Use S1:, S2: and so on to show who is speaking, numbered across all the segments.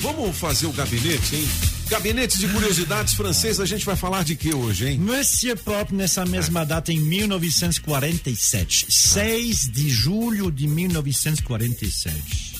S1: Vamos fazer o gabinete, hein? Gabinete de Curiosidades Francês, a gente vai falar de que hoje, hein?
S2: Monsieur Pop, nessa mesma data, em 1947. 6 de julho de 1947.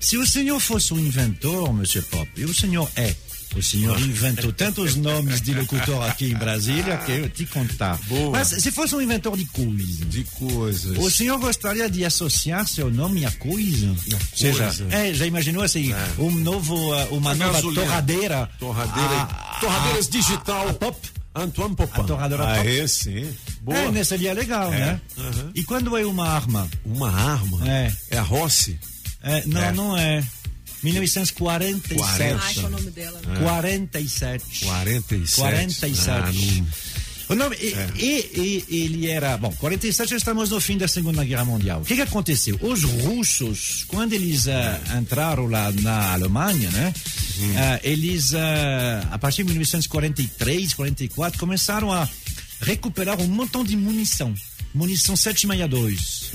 S2: Se o senhor fosse um inventor, Monsieur Pop, e o senhor é. O senhor inventou tantos nomes de locutor aqui em Brasília que eu te contar.
S1: Boa.
S2: Mas se fosse um inventor de coisa,
S1: De coisas.
S2: o senhor gostaria de associar seu nome à coisa? Seja,
S1: coisa. É.
S2: é, já imaginou assim, um novo, ah, uma nova
S1: gasolina.
S2: torradeira?
S1: Torradeira.
S2: Ah,
S1: torradeiras digital.
S2: ah, pop.
S1: Antoine Popin.
S2: A torradeira
S1: ah,
S2: Popin.
S1: é, sim. Boa.
S2: É, né, seria legal, né?
S1: Aham.
S2: E quando é uma arma?
S1: Uma arma.
S2: É.
S1: a Rossi.
S2: É, não,
S1: É.
S2: não é. 1947.
S3: Acha o nome dela.
S1: Ah.
S3: né?
S2: 47.
S1: 47.
S2: 47.
S1: Ah, não-
S2: O nome, e, e- e- ele era. Bom, 47 já estamos no fim da Segunda Guerra Mundial. O que, que aconteceu? Os russos, quando eles ah, entraram lá na Alemanha, né? ah, eles, ah, a partir de 1943, 44, começaram a recuperar um montão de munição. Munição 762.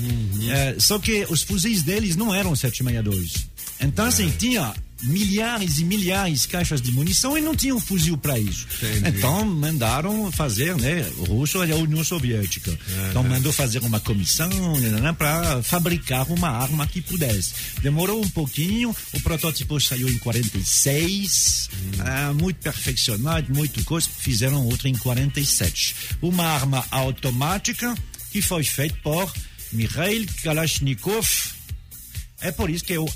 S2: Ah, só que os fuzis deles não eram 762. Então, assim, tinha milhares e milhares de caixas de munição e não tinha um fuzil para isso.
S1: Entendi.
S2: Então, então mandaram fazer, né? O russo era a União Soviética. Então mandou fazer uma comissão né, para fabricar uma arma que pudesse. Demorou um pouquinho, o protótipo saiu em 46, ah, muito perfeccionado, muito coisa, fizeram outra em 47. Uma arma automática que foi feita por Mikhail Kalashnikov. É por isso que é o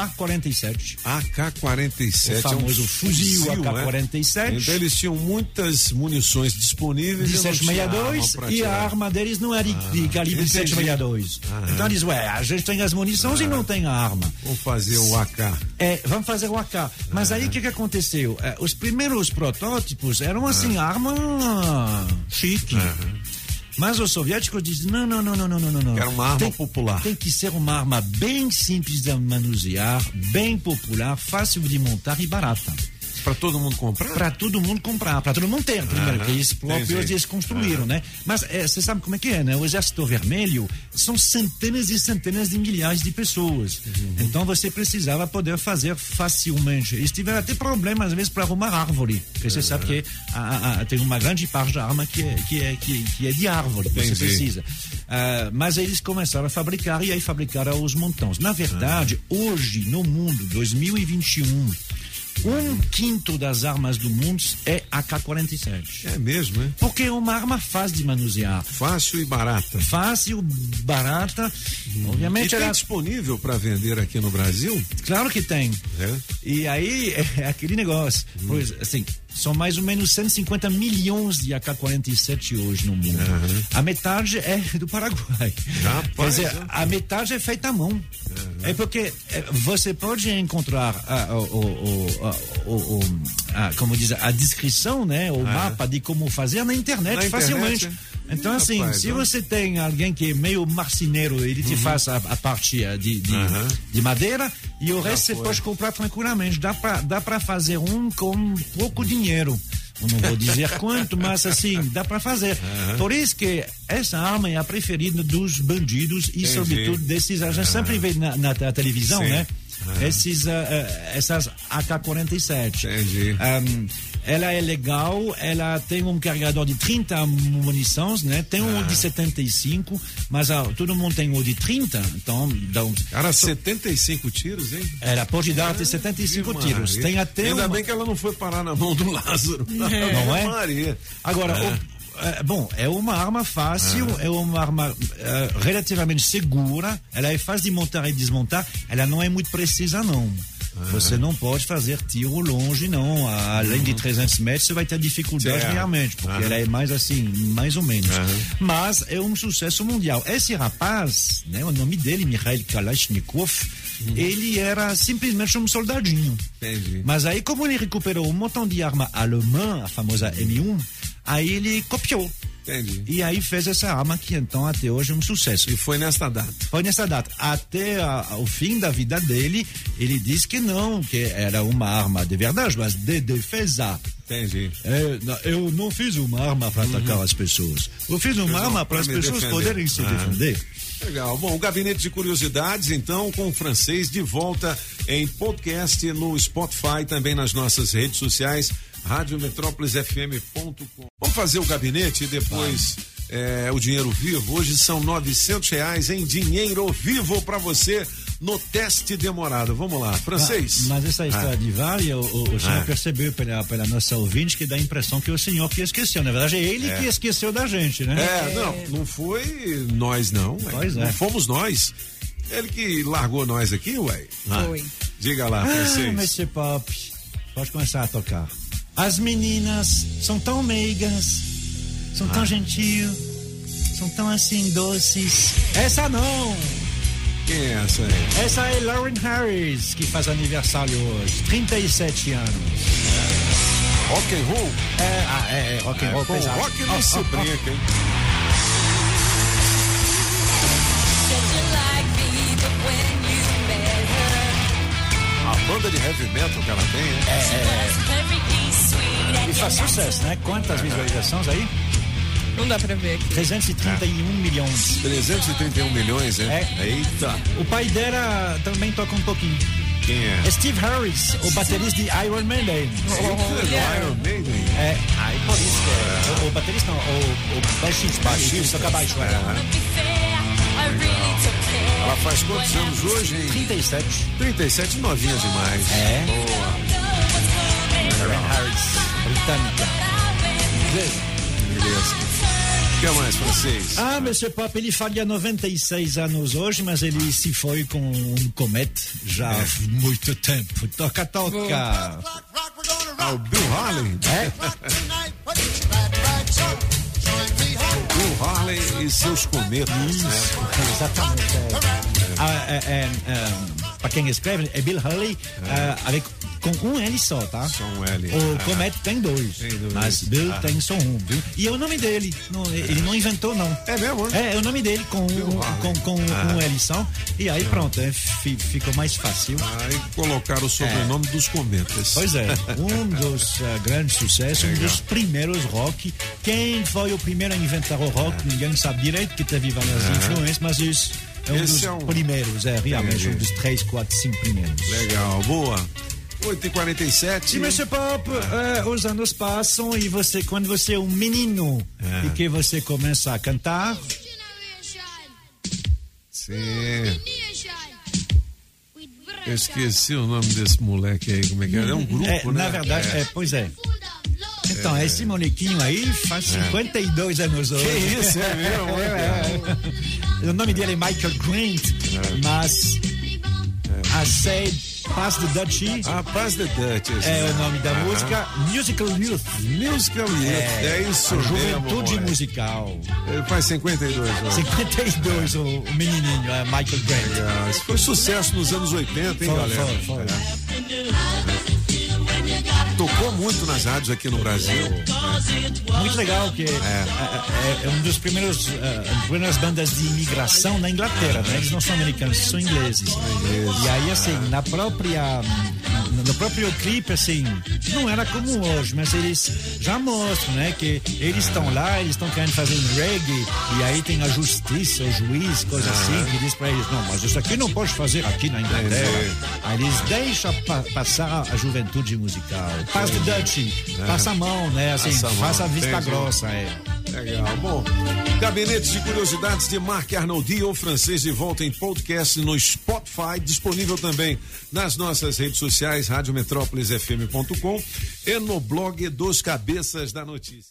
S2: AK-47.
S1: AK-47
S2: O famoso fuzil AK-47.
S1: é um né? Então eles tinham muitas munições disponíveis.
S2: de
S1: e não tinha Ah, arma
S2: 762
S1: pra
S2: e a
S1: atirar.
S2: arma deles não é de, de calibre
S1: entendi.
S2: 762.
S1: Ah, é.
S2: Então eles, ué, a gente tem as munições e não tem a arma.
S1: Vamos fazer o AK.
S2: É, vamos fazer o AK.
S1: Ah.
S2: Mas aí o que, que aconteceu? É, os primeiros protótipos eram assim,
S1: Ah.
S2: arma chique. Mas os soviéticos dizem, não, não, não, não, não, não, não, não.
S1: Era uma arma popular.
S2: Tem que ser uma arma bem simples de manusear, bem popular, fácil de montar e barata
S1: Pra todo mundo comprar?
S2: para todo mundo comprar, para todo mundo ter, primeiro, porque eles próprios
S1: entendi.
S2: eles construíram, né? Mas eh, você sabe como é que é, né? O Exército Vermelho são centenas e centenas de milhares de pessoas. Então você precisava poder fazer facilmente. Eles tiveram até problemas, às vezes, para arrumar árvore, porque você sabe que a- a- a- tem uma grande parte da arma que é, que é, que, que é de árvore, que você
S1: Entendi.
S2: precisa precisa. Ah, mas aí eles começaram a fabricar e aí fabricaram os montões. Na verdade, hoje no mundo, 2021, um quinto das armas do mundo é AK-47.
S1: É mesmo, né?
S2: Porque é uma arma fácil de manusear.
S1: Fácil e barata.
S2: Fácil, barata.
S1: Hum. E
S2: Obviamente,
S1: tem
S2: ela,
S1: disponível pra vender aqui no Brasil?
S2: claro que tem.
S1: É.
S2: E aí é aquele negócio.
S1: Hum.
S2: Pois, assim, são mais ou menos 150 milhões de AK-47 hoje no mundo. A metade é do Paraguai.
S1: Rapaz,
S2: Quer dizer,
S1: é.
S2: a metade é feita à mão. É porque é, você pode encontrar ah, o, o- o- a- o- o- a- como diz, a descrição, né, o mapa de como fazer na internet
S1: Na internet,
S2: facilmente.
S1: é.
S2: Então,
S1: Ih,
S2: assim,
S1: rapaz,
S2: se
S1: ó.
S2: você tem alguém que é meio marceneiro, ele
S1: Uhum.
S2: te faz a, a parte ah, de, de, de madeira e o resto você
S1: foi.
S2: pode comprar tranquilamente. Dá para dá pra fazer um com pouco dinheiro. Eu não vou dizer quanto, mas assim, dá para fazer. Por isso que essa arma é a preferida dos bandidos e, sobretudo, desses. A gente sempre vê na, na, na televisão,
S1: Sim.
S2: né?
S1: É.
S2: Esses, ah, ah, essas AK-47.
S1: Entendi.
S2: Ahm, ela é legal, ela tem um carregador de 30 munições, né? Tem
S1: Ah.
S2: um de 75, mas ah, todo mundo tem um de 30, então dá um-
S1: Cara, 75 tiros, hein?
S2: ela pode dar até 75
S1: Ave
S2: tiros.
S1: Maria.
S2: Tem até
S1: Ah, Ainda
S2: uma-
S1: bem que ela não foi parar na mão do Lázaro.
S2: Não é?
S1: Maria.
S2: Agora, o- é, bom, é uma arma fácil, é uma arma é, relativamente segura, ela é fácil de montar e desmontar, ela não é muito precisa, não. Você não pode fazer tiro longe, não. A- Além de 300 metros, você vai ter dificuldade
S1: Certo.
S2: realmente, porque ela é mais assim, mais ou menos. Mas é um sucesso mundial. Esse rapaz, né, o nome dele, Mikhail Kalashnikov, ele era simplesmente um soldadinho.
S1: Entendi.
S2: Mas aí, como ele recuperou um montão de arma alemã, a famosa M1, aí ele copiou.
S1: Entendi.
S2: E aí fez essa arma que então até hoje é um sucesso.
S1: E foi nesta data.
S2: Foi nessa data. Até a- o fim da vida dele, ele disse que não, que era uma arma de verdade, mas de defesa.
S1: Entendi.
S2: É, na- eu não fiz uma arma para atacar as pessoas. Eu fiz uma
S1: Uhum. uma
S2: arma para
S1: pra
S2: as
S1: me
S2: pessoas
S1: defender.
S2: poderem se
S1: Ah.
S2: defender.
S1: Legal. Bom, o Gabinete de Curiosidades, então, com o francês, de volta em podcast no Spotify, também nas nossas redes sociais, radiometrópolisfm.com. Vamos fazer o gabinete e depois é, o dinheiro vivo. Hoje são 900 reais em dinheiro vivo para você no teste demorado. Vamos lá, francês.
S2: Ah, Mas essa
S1: É.
S2: história de vale, o, o- o senhor
S1: Ah.
S2: percebeu pela, pela nossa ouvinte que dá a impressão que é o senhor que esqueceu. Na verdade, é ele que esqueceu da gente, né?
S1: É, não, não foi nós, não. ué.
S2: Pois é.
S1: Não fomos nós. Ele que largou nós aqui, ué.
S3: Foi.
S1: Diga lá,
S2: Ah,
S1: francês.
S2: Mr. Pop, pode começar a tocar. As meninas são tão meigas, são
S1: Ah.
S2: tão gentil, são tão assim doces. Essa não!
S1: Quem é essa aí?
S2: Essa é Lauren Harris, que faz aniversário hoje, 37 anos.
S1: Rock and roll?
S2: É, ah, é, é rock and roll
S1: Com
S2: pesado.
S1: rock não
S2: Ó,
S1: se
S2: ó, ó.
S1: brinca, hein?
S4: Said you like me, but when you met her,
S1: A banda de heavy metal que ela tem, hein?
S4: she was perfectly sweet and
S2: E
S4: you
S2: faz sucesso, né? Quantas visualizações aí?
S3: Não dá pra ver aqui.
S2: 331 milhões.
S1: 331 milhões, né?
S2: É.
S1: Eita,
S2: O pai dela também toca um pouquinho.
S1: quem é?
S2: Steve Harris, o baterista de Iron Maiden.
S1: Eita, Iron Maiden.
S2: É, aí por isso que é, o, o baterista não, o, o
S1: Baixista.
S2: baixista, baixista, toca baixo, é.
S4: wanna be fair. I really took care.
S1: Ela faz quantos
S4: When I
S1: anos
S4: was
S1: hoje, hein?
S2: 37.
S1: 37, novinha demais.
S2: É.
S1: Boa.
S4: younger, was coming,
S2: Karen Harris, britânica.
S4: but I went
S1: Beleza.
S4: through.
S1: O que mais, francês?
S2: Ah, Monsieur Pop, ele faria 96 anos hoje, mas ele se foi com um cometa já há muito tempo. Toca, toca.
S5: Rock, rock, we're gonna
S1: Ah, o
S5: rock,
S1: Bill Harley.
S2: É,
S5: rock tonight. Put it right, right, so join me, home.
S1: Bill Harley e seus cometas, né?
S2: exatamente. É. Ah, é, é, é, pra quem escreve, é Bill Hurley ah, avec- com um L só, tá?
S1: Só um L.
S2: O
S1: Ah.
S2: Comet tem dois,
S1: Tem dois. Ah.
S2: mas Bill tem só um, viu? E é o nome dele, não, ele não inventou, não.
S1: É mesmo, né?
S2: É, é o nome dele com, um-
S1: Hurley.
S2: com, com
S1: Ah.
S2: um L só. E aí pronto, é, fi- ficou mais fácil.
S1: Aí colocaram o sobrenome dos cometas.
S2: É. Pois é, um dos ah, grandes sucessos, um dos primeiros rock. Quem foi o primeiro a inventar o rock,
S1: Ah.
S2: ninguém sabe direito, que teve várias influências, mas isso é um
S1: Esse
S2: dos
S1: é um-
S2: primeiros, é realmente um
S1: Entendi.
S2: dos três, quatro, cinco primeiros.
S1: Legal, boa. 8h47.
S2: é. E Mr. Pop, eh, os anos passam e você, quando você é um menino
S1: Ah.
S2: e que você começa a cantar,
S1: Sim. Eu esqueci o nome desse moleque aí, como é que é? É um grupo,
S2: é,
S1: né?
S2: na verdade, é, pois é. Então, esse molequinho aí faz 52 anos hoje.
S1: É. Ah. Que isso, é mesmo? né, cara?
S2: O nome dele é Michael Grant,
S1: Ah.
S2: mas a Say Pass the
S1: Ah.
S2: Dutchie
S1: é. Rapaz de Dutch. esse
S2: é
S1: né?
S2: o nome da música Musical Youth.
S1: Musical Youth. É, isso
S2: Juventude
S1: mesmo, moleque.
S2: musical.
S1: Ele faz 52 anos.
S2: 52, o, o menininho, é Michael Grant.
S1: Legal. Ah, Isso Foi sucesso nos anos 80, hein,
S2: Foi,
S1: galera? É.
S2: foi, foi.
S1: Tocou muito nas rádios aqui no Brasil.
S2: Muito legal, que é, é, é um dos primeiros, é, as primeiras bandas de imigração na Inglaterra, né? Eles não são americanos, são ingleses. E aí, assim, na própria, no próprio clipe, assim, não era como hoje, mas eles já mostram, né? Que eles estão lá, eles estão querendo fazer um reggae, e aí tem a justiça, o juiz, coisa assim, que diz pra eles, não, mas isso aqui não pode fazer aqui na Inglaterra. Aí eles deixam pa- passar a juventude musical. Passa o Dutch, passa a mão, né? Assim,
S1: Passa a mão,
S2: faça a vista
S1: entendi.
S2: grossa, é.
S1: Legal, bom. Gabinete de Curiosidades de Marc Arnoldi ou francês de volta em podcast no Spotify, disponível também nas nossas redes sociais, radiometrópolisfm.com e no blog dos Cabeças da Notícia.